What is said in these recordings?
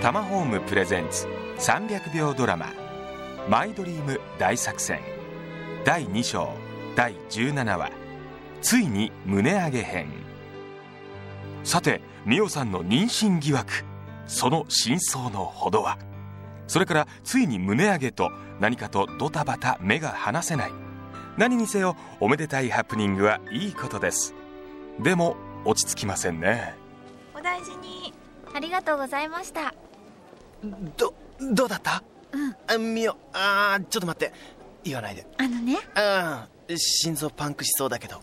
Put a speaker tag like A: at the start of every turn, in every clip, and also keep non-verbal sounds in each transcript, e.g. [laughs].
A: タマホームプレゼンツ300秒ドラマ「マイドリーム大作戦」第2章第17話「ついに胸上げ編」さて美桜さんの妊娠疑惑その真相のほどはそれからついに胸上げと何かとドタバタ目が離せない何にせよおめでたいハプニングはいいことですでも落ち着きませんね
B: お大事にありがとうございました
C: どどうだったうんみよあーちょっと待って言わないで
B: あのね
C: あー心臓パンクしそうだけど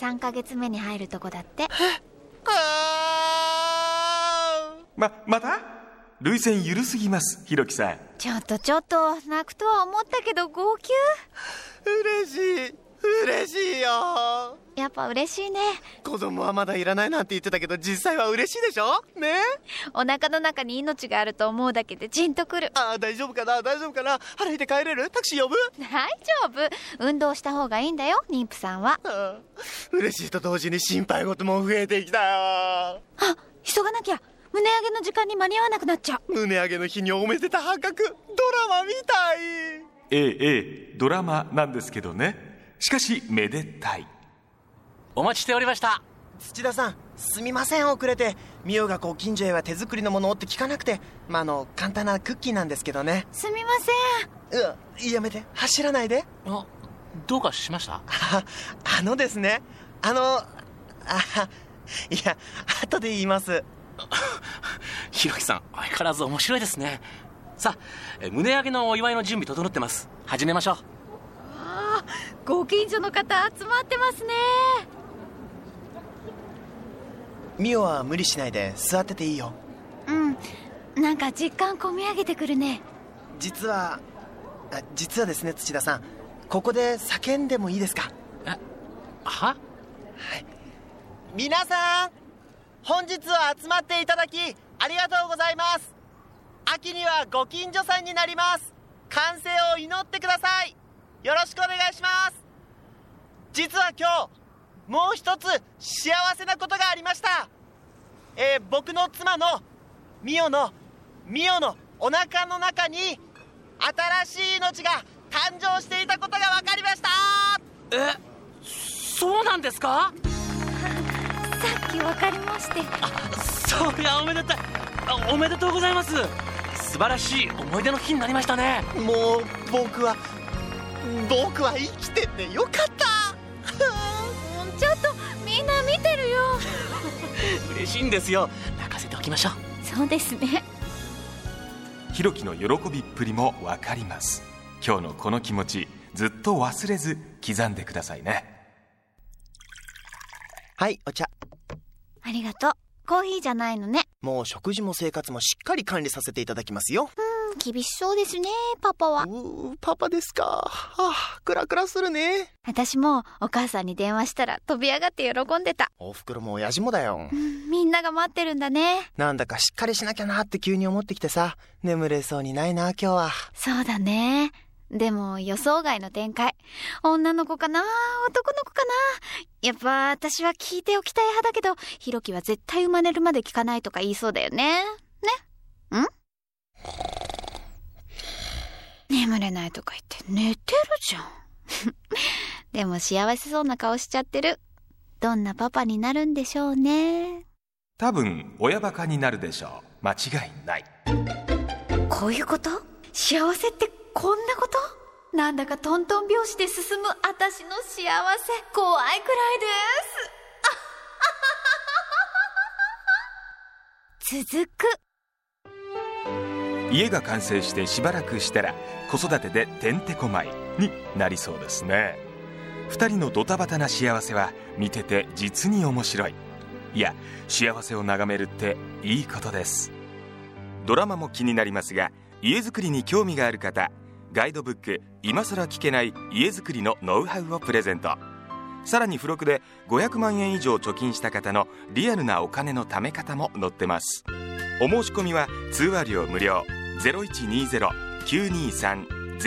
B: 3ヶ月目に入るとこだって
C: あ
A: ままた涙腺ゆるすぎますひろきさん
B: [laughs] ちょっとちょっと泣くとは思ったけど号泣
C: 嬉しい嬉しいよ
B: やっぱ嬉しいね
C: 子供はまだいらないなんて言ってたけど実際は嬉しいでしょね
B: お腹の中に命があると思うだけでじんとくる
C: あー大丈夫かな大丈夫かな腹いて帰れるタクシー呼ぶ
B: 大丈夫運動した方がいいんだよ妊婦さんは
C: あー嬉しいと同時に心配事も増えてきたよ
B: あ急がなきゃ胸上げの時間に間に合わなくなっちゃう
C: 胸上げの日におめでた破格ドラマみたい
A: ええええドラマなんですけどねしかしめでたい
D: お待ちしておりました
C: 土田さんすみません遅れてミオがご近所へは手作りのものをって聞かなくてまああの簡単なクッキーなんですけどね
B: すみません
C: うわやめて走らないで
D: あどうかしました
C: ああのですねあのあいや後で言います
D: ひろきさん相変わらず面白いですねさあえ胸上げのお祝いの準備整ってます始めましょう
B: ご近所の方集まってますね
C: ミオは無理しないで座ってていいよ
B: うんなんか実感込み上げてくるね
C: 実はあ実はですね土田さんここで叫んでもいいですか
D: は
C: 皆さん本日は集まっていただきありがとうございます秋にはご近所さんになります完成を祈ってくださいよろしくお願いします実は今日もう一つ幸せなことがありましたえー僕の妻のミオのミオのお腹の中に新しい命が誕生していたことが分かりました
D: えそうなんですか
B: さっき分かりまして
D: そりゃおめでたいあおめでとうございます素晴らしい思い出の日になりましたね
C: もう僕は僕は生きててよかった
B: ちょっとみんな見てるよ
D: 嬉しいんですよ泣かせておきましょう
B: そうですね
A: ひろきの喜びっぷりもわかります今日のこの気持ちずっと忘れず刻んでくださいね
C: はいお茶
B: ありがとうコーヒーじゃないのね
C: もう食事も生活もしっかり管理させていただきますよ
B: うん厳しそうですねパパは
C: うーパパですかはあクラクラするね
B: 私もお母さんに電話したら飛び上がって喜んでた
C: おふくろも親父もだよ
B: うんみんなが待ってるんだね
C: なんだかしっかりしなきゃなって急に思ってきてさ眠れそうにないな今日は
B: そうだねでも予想外の展開女の子かな男の子かなやっぱ私は聞いておきたい派だけどひろきは絶対生まれるまで聞かないとか言いそうだよねねん眠れないとか言って寝てるじゃん [laughs] でも幸せそうな顔しちゃってるどんなパパになるんでしょうね
A: 多分親バカになるでしょう間違いない
B: こういうこと幸せってこんなことなんだかトントン拍子で進む私の幸せ怖いくらいです [laughs] 続く
A: 家が完成してしばらくしたら子育てでてんてこまいになりそうですね2人のドタバタな幸せは見てて実に面白いいや幸せを眺めるっていいことですドラマも気になりますが家づくりに興味がある方ガイドブック「今さら聞けない家づくりのノウハウ」をプレゼントさらに付録で500万円以上貯金した方のリアルなお金の貯め方も載ってますお申し込みは通話料無料0120-923-000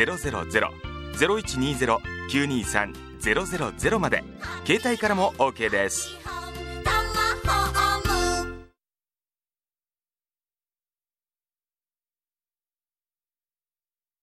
A: 0120-923-000まで携帯からも OK です